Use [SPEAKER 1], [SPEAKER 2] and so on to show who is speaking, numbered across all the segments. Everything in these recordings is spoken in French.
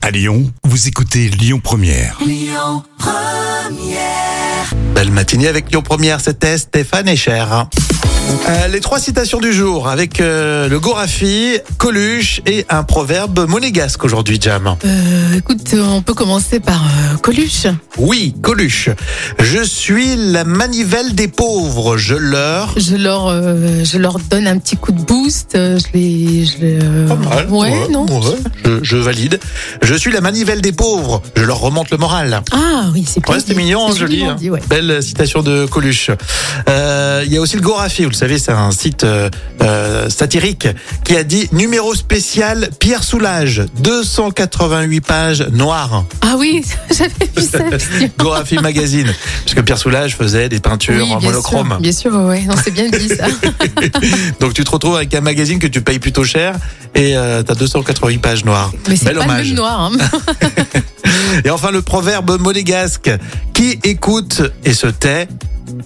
[SPEAKER 1] À Lyon, vous écoutez Lyon Première.
[SPEAKER 2] Belle matinée avec Lyon Première, c'était Stéphane Echer. Euh, les trois citations du jour avec euh, le Gorafi, Coluche et un proverbe monégasque aujourd'hui, Jam.
[SPEAKER 3] Euh, écoute, euh, on peut commencer par euh, Coluche.
[SPEAKER 2] Oui, Coluche. Je suis la manivelle des pauvres, je leur.
[SPEAKER 3] Je leur, euh, je leur donne un petit coup de boost. euh, je les, je les, euh, ouais, non.
[SPEAKER 2] ouais, je, je valide. Je suis la manivelle des pauvres, je leur remonte le moral.
[SPEAKER 3] Ah oui, c'est
[SPEAKER 2] Ouais,
[SPEAKER 3] bien
[SPEAKER 2] c'était
[SPEAKER 3] dit.
[SPEAKER 2] mignon, hein,
[SPEAKER 3] C'est
[SPEAKER 2] joli.
[SPEAKER 3] joliment
[SPEAKER 2] hein.
[SPEAKER 3] dit, ouais.
[SPEAKER 2] Belle citation de Coluche. Euh, Il y a aussi le Gorafi, vous le savez, c'est un site euh, euh, satirique qui a dit numéro spécial Pierre Soulage, 288 pages noires.
[SPEAKER 3] Ah oui, j'avais vu ça. effectivement.
[SPEAKER 2] Gorafi Magazine, parce que Pierre Soulage faisait des peintures
[SPEAKER 3] Oui,
[SPEAKER 2] en
[SPEAKER 3] bien
[SPEAKER 2] monochrome.
[SPEAKER 3] sûr, bien sûr, ouais, non, c'est bien dit ça.
[SPEAKER 2] Donc tu te retrouves avec un magazine que tu payes plutôt cher et euh, t'as 288 pages noires.
[SPEAKER 3] Mais c'est
[SPEAKER 2] Bel
[SPEAKER 3] pas le
[SPEAKER 2] hommage.
[SPEAKER 3] même noir. hein.
[SPEAKER 2] Et enfin le proverbe monégasque qui écoute et se tait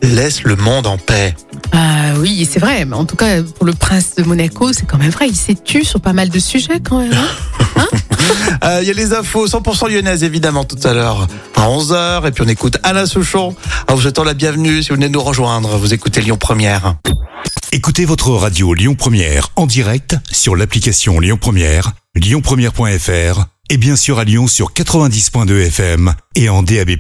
[SPEAKER 2] laisse le monde en paix.
[SPEAKER 3] Ah oui, c'est vrai. Mais en tout cas, pour le prince de Monaco, c'est quand même vrai. Il s'est tu sur pas mal de sujets quand même. hein.
[SPEAKER 2] Euh, Il y a les infos 100% lyonnaises évidemment tout à l'heure à 11h et puis on écoute Alain Souchon en vous souhaitant la bienvenue si vous venez de nous rejoindre. Vous écoutez Lyon Première.
[SPEAKER 1] Écoutez votre radio Lyon Première en direct sur l'application Lyon Première, lyonpremière.fr et bien sûr à Lyon sur 90.2 FM et en DAB+.